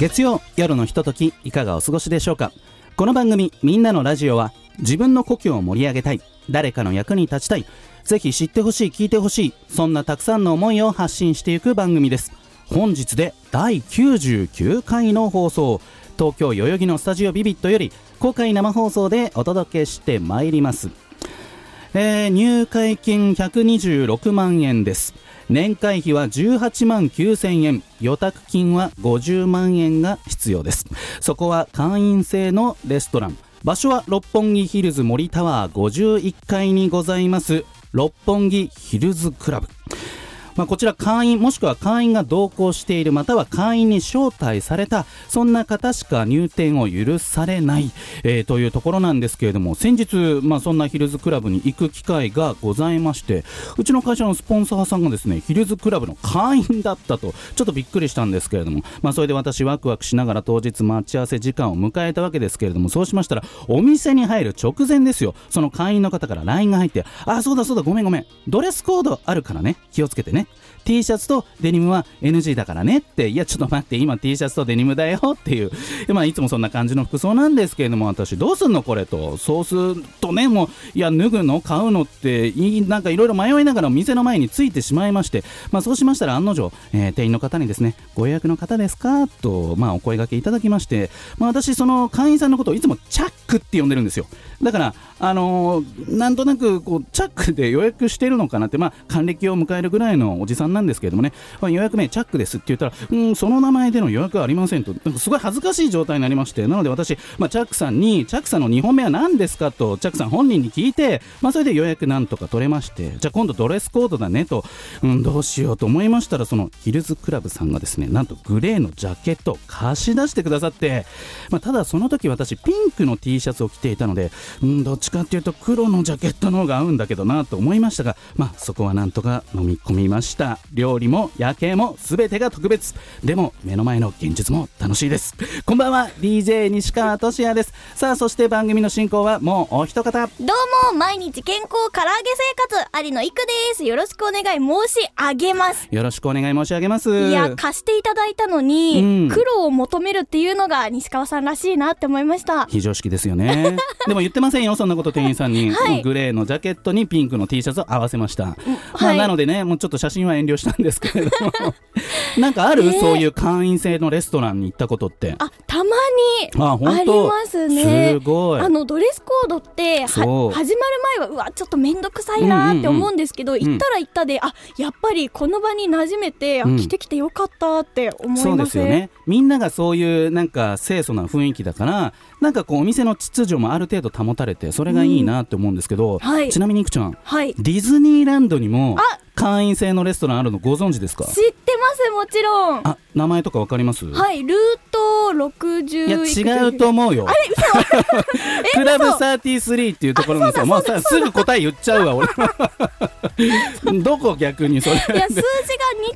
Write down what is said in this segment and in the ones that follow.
月曜夜のひとときいかがお過ごしでしょうかこの番組「みんなのラジオは」自分の故郷を盛り上げたい誰かの役に立ちたいぜひ知ってほしい聞いてほしいそんなたくさんの思いを発信していく番組です本日で第99回の放送東京代々木のスタジオビビットより公開生放送でお届けしてまいりますえー入会金126万円です年会費は18万9000円予託金は50万円が必要ですそこは会員制のレストラン場所は六本木ヒルズ森タワー51階にございます六本木ヒルズクラブまあ、こちら会員もしくは会員が同行しているまたは会員に招待されたそんな方しか入店を許されない、えーというところなんですけれども先日、まあ、そんなヒルズクラブに行く機会がございましてうちの会社のスポンサーさんがですねヒルズクラブの会員だったとちょっとびっくりしたんですけれども、まあ、それで私ワクワクしながら当日待ち合わせ時間を迎えたわけですけれどもそうしましたらお店に入る直前ですよその会員の方から LINE が入ってあそうだそうだごめんごめんドレスコードあるからね気をつけてね T シャツとデニムは NG だからねっていやちょっと待って今 T シャツとデニムだよっていうでまあいつもそんな感じの服装なんですけれども私どうすんのこれとそうするとねもういや脱ぐの買うのっていいなんかいろいろ迷いながらお店の前に着いてしまいましてまあそうしましたら案の定、えー店員の方にですねご予約の方ですかとまあお声掛けいただきましてまあ私その会員さんのことをいつもチャックって呼んでるんですよだからあのーなんとなくこうチャックで予約してるのかなってまあ還暦を迎えるぐらいのおじさんなんですけれどもね、まあ、予約名チャックですって言ったらうんその名前での予約はありませんとなんかすごい恥ずかしい状態になりましてなので私、まあ、チャックさんにチャックさんの2本目は何ですかとチャックさん本人に聞いて、まあ、それで予約なんとか取れましてじゃあ今度ドレスコードだねと、うん、どうしようと思いましたらそのヒルズクラブさんがですねなんとグレーのジャケットを貸し出してくださって、まあ、ただその時私ピンクの T シャツを着ていたので、うん、どっちかっていうと黒のジャケットの方が合うんだけどなと思いましたが、まあ、そこはなんとか飲み込みました料理も夜景も全てが特別でも目の前の現実も楽しいですこんばんは DJ 西川俊也ですさあそして番組の進行はもうお一方どうも毎日健康唐揚げ生活有野いくですよろしくお願い申し上げますよろしくお願い申し上げますいや貸していただいたのに、うん苦労を求めるっていうのが西川さんらしいなって思いました非常識ですよ ねでも言ってませんよそんなこと店員さんに、はいグレーのジャケットにピンクの T シャツを合わせました、まはあ、いなのでねもうちょっと写真は遠慮したんですけれど もなんかある、そういう会員制のレストランに行ったことってあたまにああ本り当ますねすごいあのドレスコードっては始そうまる前はうわちょっと面倒くさいなーって思うんですけど、んうん行ったら行ったであやっぱりこの場に馴染めて、あうん来てきてよかったって思いますそうですよねみんながそういうなんか清楚な雰囲気だからなんかこうお店の秩序もある程度保たれてそれがいいなって思うんですけど、はいちなみにいくちゃんはいディズニーランドにもあ会員制のレストランあるのご存知ですか知ってますもちろんあ名前とかわかりますはい、ルートい60や違うと思うよ。クラブ33っていうところのさ、もうさすぐ答え言っちゃうわ 俺。どこ逆にそれ。いや数字が2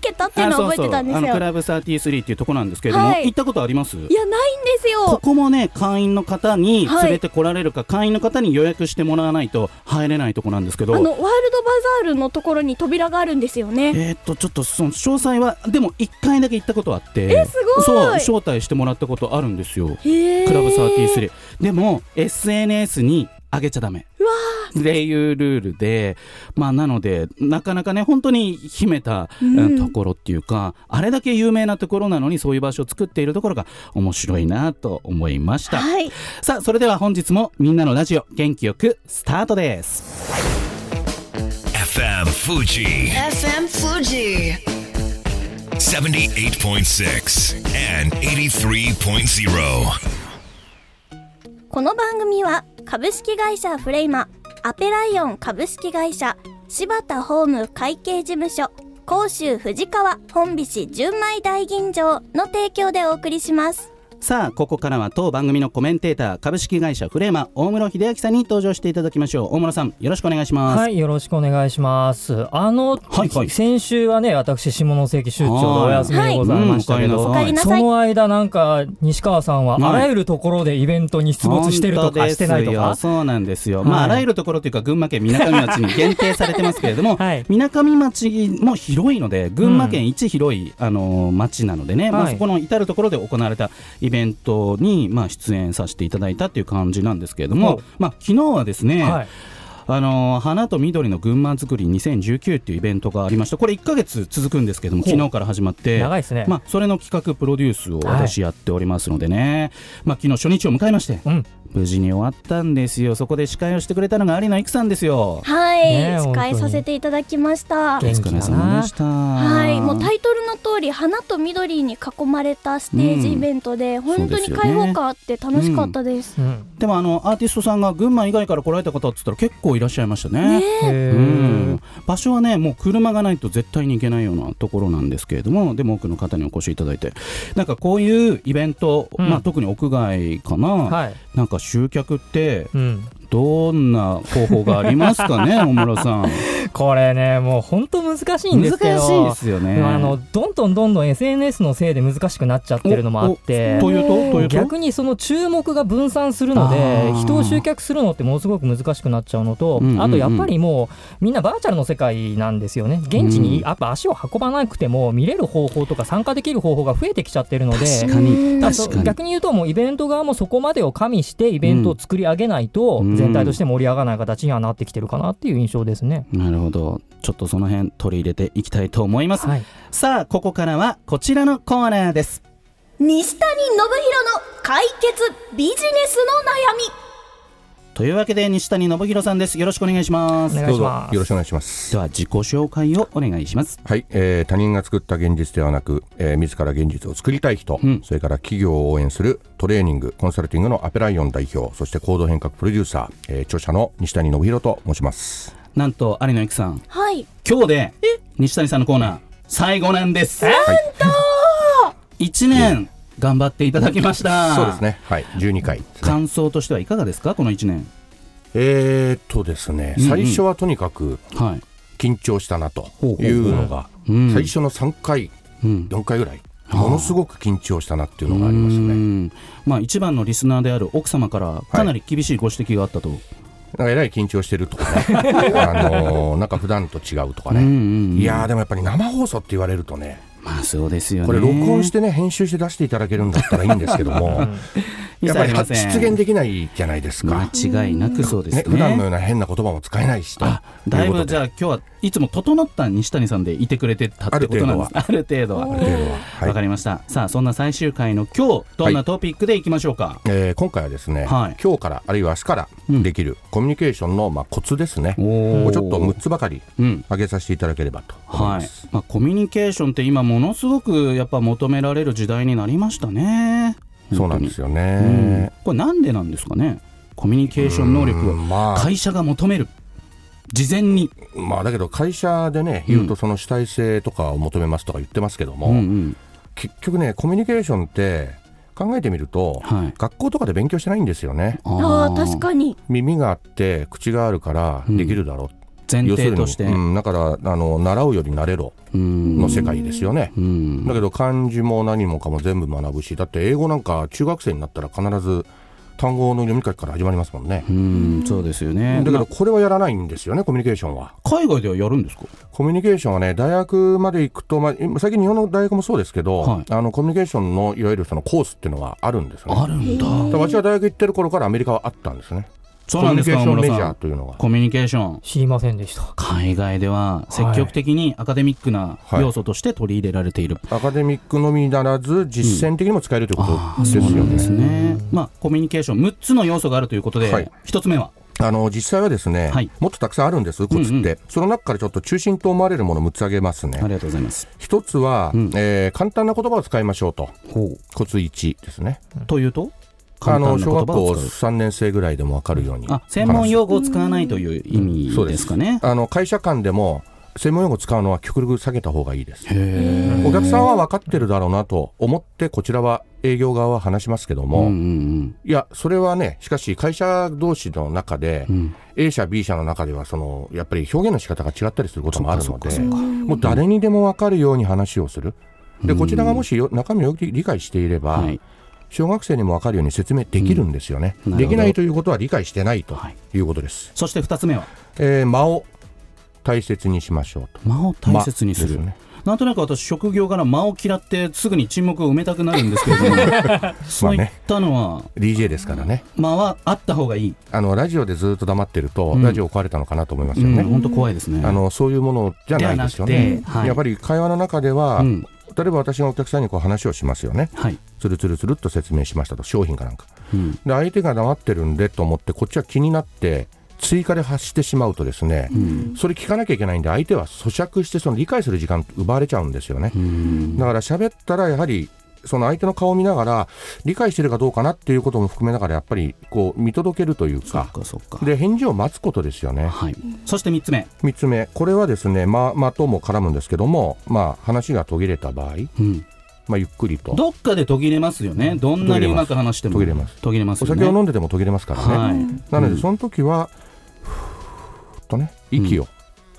桁っていうのは覚えてたんですあよ。のクラブ33っていうところなんですけれども、はい行ったことあります？いやないんですこよ。こもね会員の方に連はいれてこられるか、会員の方に予約してもらわないと入れないとこなんですけあどのワールドバザールのところに扉があるんですよね。えーっとちょっとその詳細はでも1回だけ行ったことあってえすごいそう招待してもらったことあるんですよへえ。クラブ33でも SNS に上げちゃダメうわっていうルールでまあなのでなかなかね本当に秘めた、うんうんところっていうかあれだけ有名なところなのにそういう場所を作っているところが面白いなと思いましー。た、はい。さあそれでは本日もみんなのラジオ元気よくスタートです FM Fuji FM Fuji. 78.6 and 83.0. この番組は株式会社フレイマ、アペライオン株式会社、柴田ホーム会計事務所、甲州藤川本美市純米大吟醸の提供でお送りします。さあここからは当番組のコメンテーター株式会社フレーマー大室秀明さんに登場していただきましょう大室さんよろしくお願いします、はい、よろしくお願いします。あの、はいはい先週はね、私、下関出張でお休みでございましたけど、はいうんお帰りなさいその間、なんか、西川さんは、はいあらゆるところでイベントに出没してると本当か、ですしてないとよか。そうなんですよ、はいまああらゆるところというか群馬県みなかみ町に限定されてますけれども、 はいみなかみ町も広いので群馬県一広い、あのー町なのでね、まあ、はいそこの至るところで行われたイベントに、まあ、出演させていただいたっていう感じなんですけれどもお、まあ、昨日はですね、はい、あのー花と緑の群馬づくり2019っていうイベントがありましたこれ1ヶ月続くんですけどもほう昨日から始まって長いですね。まあ、それの企画プロデュースを私やっておりますのでね、まあ、昨日初日を迎えまして、うん無事に終わったんですよそこで司会をしてくれたのが有野育さんですよはい、ねえ司会本当にさせていただきましたお元気疲だれな様でしたはいもう大タイトルの通り花と緑に囲まれたステージイベントで、本当に開放感あって楽しかったですうん、でもあのアーティストさんが群馬以外から来られた方っつったら結構いらっしゃいましたねねへうーん、場所はねもう車がないと絶対に行けないようなところなんですけれどもでも多くの方にお越しいただいてなんかこういうイベント、うんまあ、特に屋外かな、はい、なんか集客ってうん、どんな方法がありますか ね、大村さん。これね、もう本当難しいんですけ難ど。しいですよね。もあの、どんどんどんどん SNS のせいで難しくなっちゃってるのもあっておお。というと、というと。逆にその注目が分散するのあでー人を集客するのってものすごく難しくなっちゃうのと、うんうんうんあとやっぱりもうみんなバーチャルの世界なんですよね現地うんにやっぱ足を運ばなくても見れる方法とか参加できる方法が増えてきちゃってるので。確かに、うんあと確かに。逆に言うともうイベント側もそこまでを加味してイベントを作り上げないとうん全体として盛り上がらない形にはなってきてるかなっていう印象ですね。なるほど。ちょっとその辺取り入れていきたいと思います。はい、さあ、ここからはこちらのコーナーです。西谷信弘の解決ビジネスのというわけで、西谷信弘さんです。よろしくお願いしまおす。願いどうしぞまよす。ろしくお願いします。では、自己紹介をお願いします。はい、えー他人が作った現実ではなく、えー自ら現実を作りたい人、うんそれから企業を応援するトレーニング、コンサルティングのアペライオン代表、そして行動変革プロデューサー、えー著者の西谷信弘と申します。なんと、有野育さん、悩みはい今日で西谷さんのコーナー最後なんです。なんと1年頑張っていただきました。そうです。ね。はい、12回ですね。感想としてはいかがですかこの1年。えーっとですね、うんうん最初はとにかくはい。緊張したなとほうほうほういうのが、うん最初の3回、うん4回ぐらい、ものすごく緊張したなっていうのがありましたうね。んまあ一番のリスナーである奥様からかなり厳しいご指摘があったと。なんかえらい緊張してる とかね、あのーなんか普段と違うとかね、うんうんうんいやーでもやっぱり生放送って言われるとね、まあそうですよね。これ、録音してね、編集して出していただけるんだったらいいんですけども、一 切やっぱありりま実せん現できないじゃないですか、間違いなくそうですねね。普段のような変な言葉も使えないしとあだいぶじゃああ今日はいつも整った西谷さんでいてくれてたってことなんです。ある程度は。ある程度は、わかはいりました。さあ、そんな最終回の今日、どんなトピックでいきましょうか。えー今回はですね、はい今日からあるいは明日からうんできるコミュニケーションのまあコツですね、おーもうちょっと6つばかりうん。挙げさせていただければと思いはまいす。。まあ、コミュニケーションって今ものすごくやっぱ求められる時代になりましたね。そうなんですよ本当に。うんね。これなんでなんですかね。コミュニケーション能力うをんまあ会社が求める。事前に。まあ、だけど会社でね、言うと、その主体性とかを求めますとか言ってますけども、うんうん。結局ね、コミュニケーションって考えてみると、はい。学校とかで勉強してないんですよね。あー確に。かに耳があって、口があるからうんできるだろう、前提として。うん、だからあの、習うより慣れろうんの世界ですよね。うんだけど、漢字も何もかも全部学ぶし、だって英語なんか、中学生になったら必ず単語の読み書きから始まりますもんね。うん、そうですよね。だけまど、あこれはやらないんですよね、コミュニケーションは。海外ではやるんですかコミュニケーションはね、大学まで行くと、まあ、今最近日本の大学もそうですけど、はいあのコミュニケーションのいわゆるそのコースっていうのはあるんですね。あるんだ。だから私は大学行ってる頃からアメリカはあったんですね。そうなんですか、コ小ミュニ村ケーションメジさャーん。というのが。コミュニケーション。知りませんでした。海外では積極的にアカデミックな要素として取り入れられている、アカデミックのみならず、実践的にも使えるというあことあですそうなよんでね。すね、まあ、コミュニケーション6つの要素があるということで、はい1つ目はあの実際はですね、はいもっとたくさんあるんです、コツって、うんうその中からちょっと中心と思われるものを6つ挙げまあすりね。がとうございます一つは、うんえー簡単な言葉を使いましょうと、ほコツ1ですね。うというとあ簡単のな小言学葉校を使う3年生ぐらいでも分かるように。あ専門用語を使わないという意そう味ですかね、あの会社間でも専門用語使うのは極力避けた方がいいです。へえお客さんは分かってるだろうなと思って、こちらは営業側は話しますけどうんも、うんうんいや、それはね、しかし会社同士の中で、ん A 社、B 社の中ではその、やっぱり表現の仕方が違ったりすることもあるので、そっかそっかそっもう誰にでも分かるように話をする。で、こちらがもしよ中身をよく理解していれば、はい小学生にも分かるように説明できるんですよね。うんなるでほどきないということは理解してないとはいいうことです。そして2つ目はえー間を大切にしましょうと。間を大切にする、間ですねなんとなく私職業から間を嫌ってすぐに沈黙を埋めたくなるんですけれ どもそういったのは DJ ですからね。間はあった方がいい、あの、ラジオでずっと黙ってると、うんラジオ壊れたのかなと思いますうよん、ね。本当怖いですねあのそういうものじゃないですよねではなく、てはいやっぱり会話の中では、うん例えば私がお客さんにこう話をしますよね、はい、つるつるつるっと説明しましたと、商品かなんか、うんで相手が黙ってるんでと思って、こっちは気になって、追加で発してしまうとですね、それ聞かなきゃいけないんで、相手は咀嚼して、その理解する時間、奪われちゃうんですよね。だから喋ったら、やはりその相手の顔を見ながら、理解してるかどうかなっていうことも含めながら、やっぱりこう見届けるというそかっ、かそっかで返事を待つことですよね。はい、そして3つ目、 3つ目、これはですね、まあ、まあ、とも絡むんですけども、まあ、話が途切れた場合、うん、まあ、ゆっくりと。どっかで途切れますよねどんなにうまく話しても途切れます途切れますおよ酒ねを飲んでても途切れますからね。はい、なのうで、んその時は、ふーっとね、息を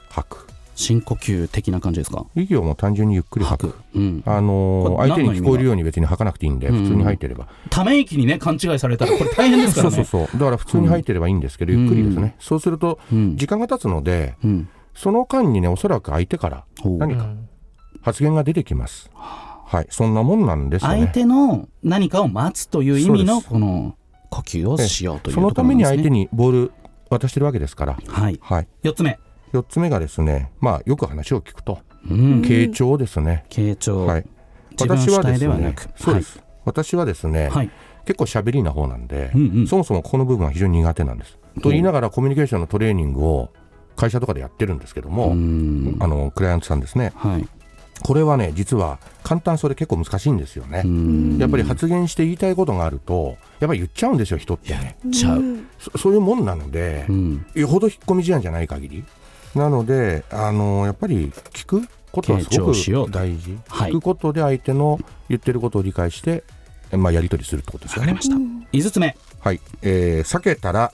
吐く。深呼吸的な感じですか息をもう単純にゆっくり吐く。うん、あのーこれ相手何の意味がに聞こえるように別に吐かなくていいんで、うん普通に吐いてれば。ため息にね勘違いされたらこれ大変ですかそらうね そうそう。だから普通に吐いてればいいんですけど、ゆっくりですね。そうすると、うん時間が経つので、うんその間にね、おそらく相手からほう何か発言が出てきます。はい、そんなもんなんですよ相ね。手の何かを待つという意味そうのですこの呼吸をしようというそのために相手に、にボール渡してるわけですから、はい、はい、 4つ目、 4つ目がですね、まあ、よく話を聞くと、うん、傾聴ですね、傾聴、はい、自分主体ではなく私はですねそうです、私はですね、はい結構しゃべりな方なんで、うんうんそもそもこの部分は非常に苦手なんです。と言いながら、コミュニケーションのトレーニングを会社とかでやってるんですけども、うんあのクライアントさんですね、はいこれはね、実は簡単そうで結構難しいんですよね。うんやっぱり発言して言いたいことがあると、やっぱり言っちゃうんですよ、人ってね。ちゃう、そそういうもんなので、うん、よほど引っ込み思案じゃない限りなのであのやっぱり聞くことはす傾ご聴しようくと大事、はい聞くことで相手の言ってることを理解して、まあ、やり取りするってことですわかりよねました、5つ目はい、えー避けたら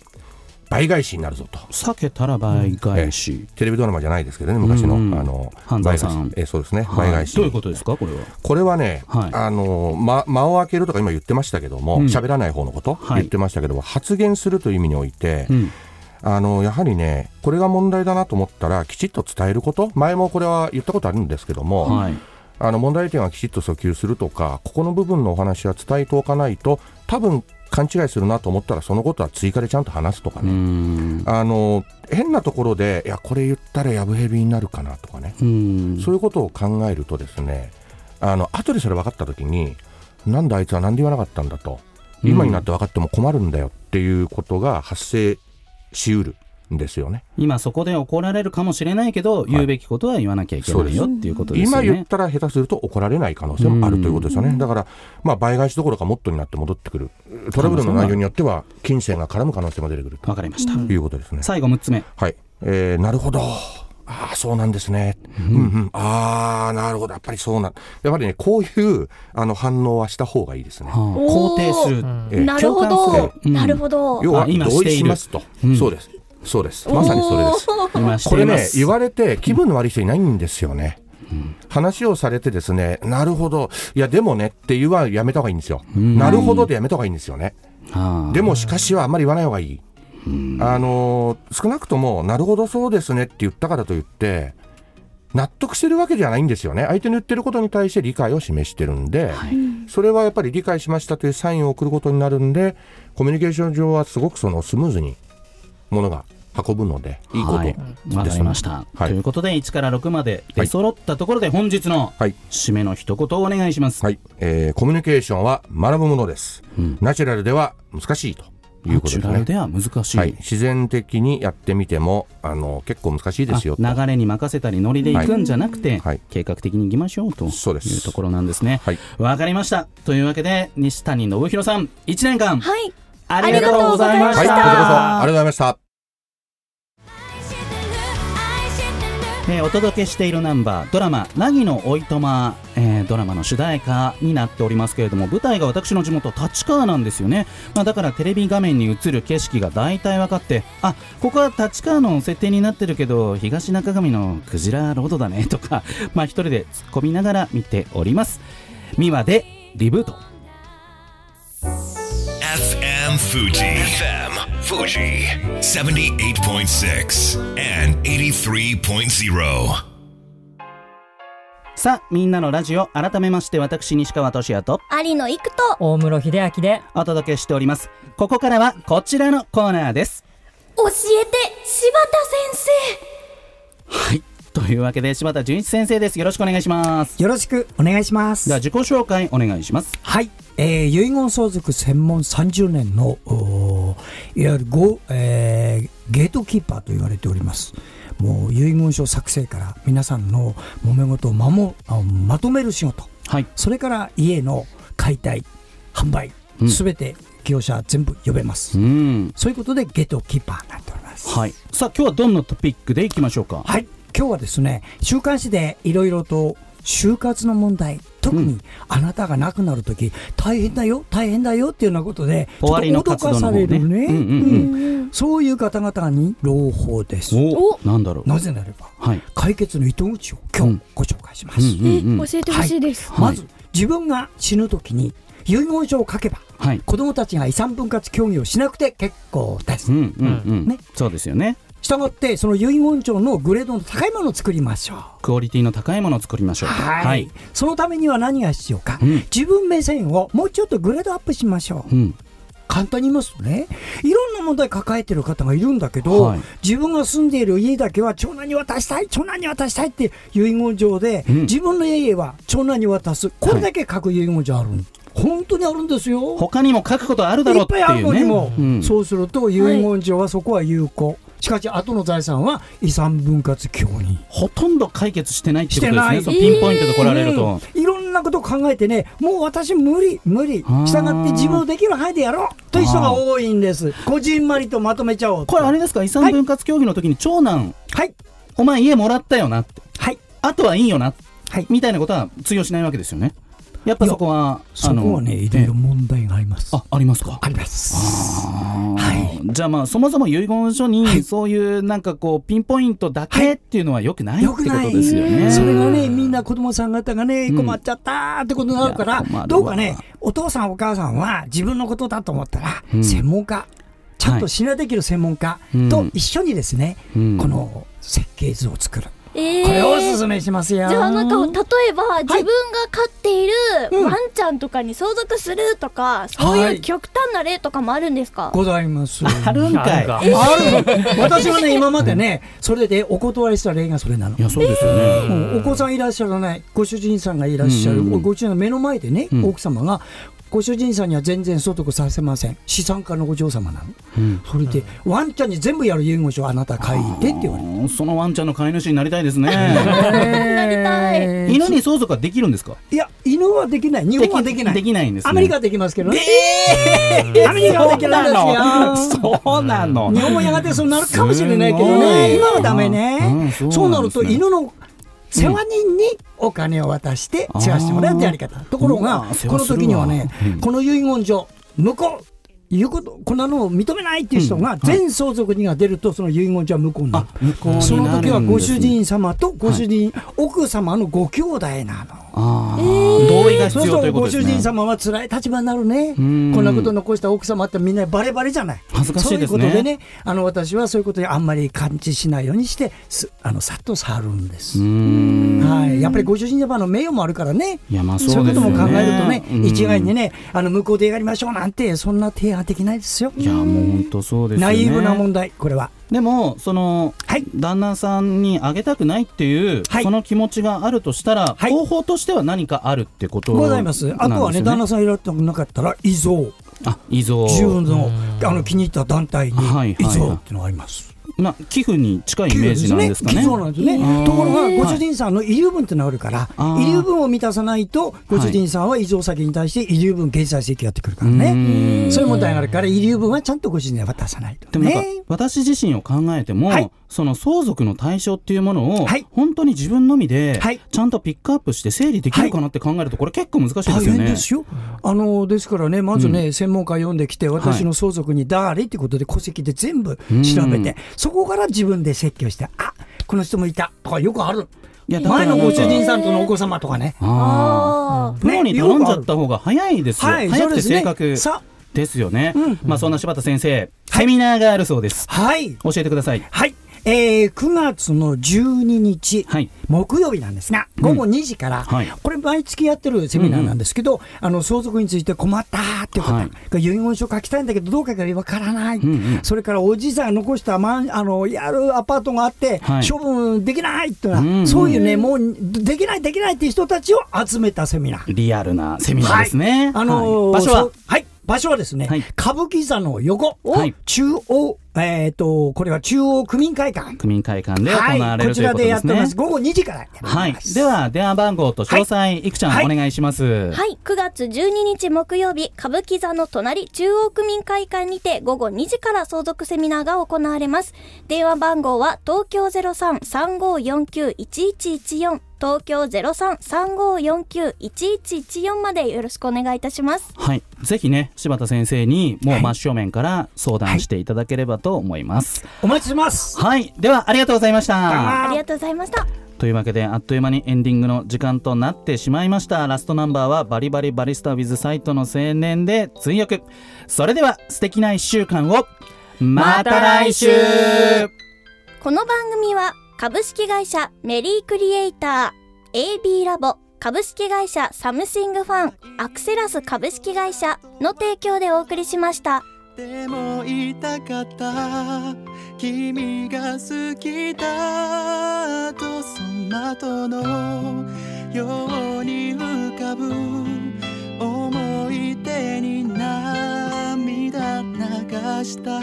倍返しになるぞと避けたら倍返し、テレビドラマじゃないですけどね昔の,、うんうんあの半沢さん倍返しえーそうですね、はい倍返しどういうことですかこれはこれはね、はいあのま、間を開けるとか今言ってましたけどもうん喋、らない方のこと、はい言ってましたけども発言するという意味において、うんあのやはりね、これが問題だなと思ったら、きちっと伝えること、前もこれは言ったことあるんですけども、はいあの問題点はきちっと訴求するとか、ここの部分のお話は伝えておかないと、多分勘違いするなと思ったら、そのことは追加でちゃんと話すとかうね、んあの変なところで、いや、これ言ったらやぶへびになるかなとかね、うんそういうことを考えるとですね、あの後でそれ分かったときに、なんであいつは何で言わなかったんだと、今になって分かっても困るんだよっていうことが発生しうるんですよね。今そこで怒られるかもしれないけど、言うべきことは言わなきゃいけないよっていうことですよ今ね。言ったら下手すると怒られない可能性もあるうんということですよね。だから、まあ、倍返しどころかもっとになって戻ってくる。トラブルの内容によっては、金銭が絡む可能性も出てくるとわかりました。いうことですね。最後6つ目。はい。えー、なるほど。ああ、そうなんですね。うんうん。ああ、なるほど。やっぱりそうなん。やっぱりね、こういう、あの、反応はした方がいいですね。肯定する。えーなるほ共ど感す、うんなるほど。要は、あ今同してい意るしますと。うんそうです。そうです。まさにそれです。おー今しこてれいまね、す。言われて気分の悪い人いないんですよね。話をされてですね、なるほど、いや、でもねっていうはやめた方がいいんですよ。なるほどでやめた方がいいんですよね。ああでも、しかしはあんまり言わない方がいい。あのー少なくとも、なるほどそうですねって言ったからといって、納得してるわけじゃないんですよね。相手の言ってることに対して理解を示してるんで、それはやっぱり理解しましたというサインを送ることになるんで、コミュニケーション上はすごくそのスムーズにものが運ぶので、いいことはでいすね。、わかりました、はいということで1から6まで出揃ったところで本日のはい締めの一言をお願いします、はい、えーコミュニケーションは学ぶものです。ナチュラルでは難しいというナことチでュラルすでね。は難しい、はい、自然的にやってみてもあの結構難しいですよと。あ流れに任せたりノリで行くんじゃなくて、はい計画的に行きましょうといそうですうところなんですねはいわ、かりましたというわけで西谷信弘さん1年間はい。ありがとうございまはい、こしちたらこそありがとうございました。愛してる愛してるえーお届けしているナンバードラマ「凪のおいとま」えードラマの主題歌になっておりますけれども舞台が私の地元立川なんですよね、まあ、だからテレビ画面に映る景色が大体分かってあここは立川の設定になってるけど東中上のクジラロードだねと かまあ一人で突っ込みながら見ております美和でリブート FM Fuji. FM Fuji. 78.6 and 83.0. さあみんなのラジオ改めまして私西川俊也と有野行くと大室秀明でお届けしておりますここからはこちらのコーナーです教えて柴田先はい。というわけで、柴田純一先生です。よろしくお願いします。よろしくお願いしますでは、。自己紹介お願いします。はい、えー、遺言相続専門30年のおーいわゆるご、えーゲートキーパーと言われておりますもう遺言書作成から皆さんの揉め事をまもあまとめる仕事はい。それから家の解体販売うんすべて業者全部呼べます、うん。そういうことでゲートキーパーになっておりますはい。さあ、今日はどんなトピックでいきましょうか。はい、今日はですね週刊誌でいろいろと就活の問題特うにあなたが亡くなる時、大変だよ大変だよっていうようなことで終わりのちょっと活動の脅かさ方れね。るねうんうん生そういう方々に朗報ですうんうん。おなんだろう。なぜなればはい。解決の糸口を今日ご紹介します、うんうんうん。え教えてほしいです、はいまず自分が死ぬ時に遺言書を書けばはい。子供たちが遺産分割協議をしなくて結構です、うんうんうん。ねそうですよね。したがってその遺言書のグレードの高いものを作りましょうクオリティの高いものを作りましょう。はい、そのためには何が必要か、うん自分目線をもうちょっとグレードアップしましょうう、ん。簡単に言いますとねいろんな問題抱えてる方がいるんだけど、はい自分が住んでいる家だけは長男に渡したい長男に渡したいって遺言状で、うん自分の家は長男に渡すこれだけ書く遺言状ある、本当にあるんですよ他にも書くことあるだいろうっってぱいいあるうのね。にも、うんそうすると遺言状はそこは有効、しかし後の財産は遺産分割協議ほとんど解決してないってことですしてなね。いそのピンポイントで来られると。うんいろんなことを考えてね、もう私無理、無理、ーしたがって自分のできる範囲でやろうという人が多いんです。こじんまりとまとめちゃおうと。これあれですか遺産分割協議の時に長男、はい、お前家もらったよなって。はい、あとはいいよな、はいみたいなことは通用しないわけですよね。やっぱそこは、そこはね、いろいろ問題があります。あありますか。あります。はい、じゃあまあそもそも遺言書にそういうなんかこうピンポイントだけっていうのはよくないってよことくないですよね。それがね、みんな子供さん方がね、困っちゃったってことになるから、いや困るわどうかね、お父さん、お母さんは自分のことだと思ったら、うん専門家、ちゃんと信頼できる専門家うんと一緒にですね、うんこの設計図を作る。えーこれをおすすめしますよ。じゃあなんか例えば自分が飼っているうんワンちゃんとかに相続するとかそうはいうい極端な例とかもあるんですかございます。あるんかい。あある私はね、今までね、それでお断りした例がそれなのい。やそうですよね。うんお子さんいらっしゃらない、ご主人さんがいらっしゃる、うんうんうんご主人の目の前でね、うん奥様が、ご主人さんには全然相続させません、資産家のお嬢様なの。うんそれで、ワンちゃんに全部やる遺言書をあなた書いてって言われうんそのワンちゃんの飼い主になりたいですね。た。 えー犬に相続はできるんですか。いや、犬はできない、日本はできない。できないんです、ね。アメリカはできますけどね。アメリカはそでうきないなの。ですよ。そうなの。日本もやがてそうなるかもしれないけどね、すごい今はダメね、うんそそううななんるですとね犬の世話人にお金を渡して世話してもらうってやり方、ところうがわ、世こ話のするわ時にはね、うんこの遺言状、無効いうことこんなのを認めないっていう人うがん全相続人が出るとその遺言状は無効になるあ、向こうになるんですそねの時はご主人様とご主人、奥様のご兄弟なの。あー同意が そう必す要といるとうこごとで主す人ね。様は辛い立場になるね、こんんなこと残した奥様ってみんなバレバレじゃない、恥ずかしいですねそういうことでね、あの私はそういうことにあんまり感知しないようにして、すあのさっと触るんです、はい、やっぱりご主人様の名誉もあるからね、いやまあそういうことも考えるとね、うん一概にね、あの向こうでやりましょうなんて、そんな提案できないですよ、いやもう本当そうですよナね。イーブな問題、これは。でもその、はい旦那さんにあげたくないっていう、はいその気持ちがあるとしたら、はい方法としては何かあるってことございますあとはね、旦那ささんいらっしゃなかったら、遺贈、んあ遺贈自分のあの気に入った団体にはいはい遺はい贈っていうのがあります。な寄付に近いイメージなんですかね。寄付そうなんですね。ところが、ご主人さんの遺留分ってのがあるから、あー遺留分を満たさないと、ご主人さんは遺贈先に対して遺留分減済請求やってくるからうんね。そういう問題があるから、遺留分はちゃんとご主人には渡さないでともなんか、ね。私自身を考えても、はいその相続の対象っていうものを、はい本当に自分のみで、はいちゃんとピックアップして整理できるかなって考えると、これ結構難しいですよ大ね。変ですよ。あのですからね、まずね、専門家読んできて、私の相続に誰ってことで、戸籍で全部調べうんて、そこから自分で説教して、あこの人もいたとか、よくある、いやだから前のご主人さんとのお子様とかね。あーあプロに頼んじゃった方が早いですよ。はい早くてそうです正ね確さですよね。まあそんな柴田先生、セミナーがあるそうです。はい、教えてください。はい、えー、9月の12日、はい木曜日なんですが、午後2時から、はいこれ、毎月やってるセミナーなんですけど、あの相続について困ったっていう方、はい遺言書書きたいんだけど、どう書けばいいかわからない、んうんそれからおじいさんが残したマンあのやるアパートがあって、はい処分できないっていうのは、うんうんそういうね、もうできない、できないっていう人たちを集めたセミナー。リアルなセミナーですね。はい、あのーはい場所そはうはい、場所はですね、はい歌舞伎座の横、はい中央、えっ、と、これは中央区民会館。区民会館で行わはい、れこるとちいうらことででやっすてね。ます。午後2時からやってます。はい。では、電話番号と詳細、い、くちゃん、はいお願いします。はい9月12日木曜日歌舞伎座の隣中央区民会館にて午後2時から相続セミナーが行われます電話番号は東京0335491114東京0335491114までよろしくお願いいたしますはい、ぜひね柴田先生にもうはい真正面から相談していただければと思います。お待ちしてます。はい、ではありがとうございました。ありがとうございましたというわけであっという間にエンディングの時間となってしまいましたラストナンバーは「バリバリバリスタ with サイトの青年」で追憶それでは素敵な1週間をまた来週この番組は株式会社メリークリエイター AB ラボ株式会社サムシングファンアクセラス株式会社の提供でお送りしました。でも痛かった君が好きだとその後のように浮かぶ思い出に涙流した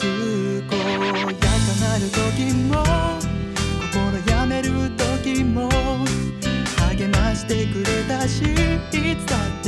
健やかなる時も心やめる時も励ましてくれたしいつだっ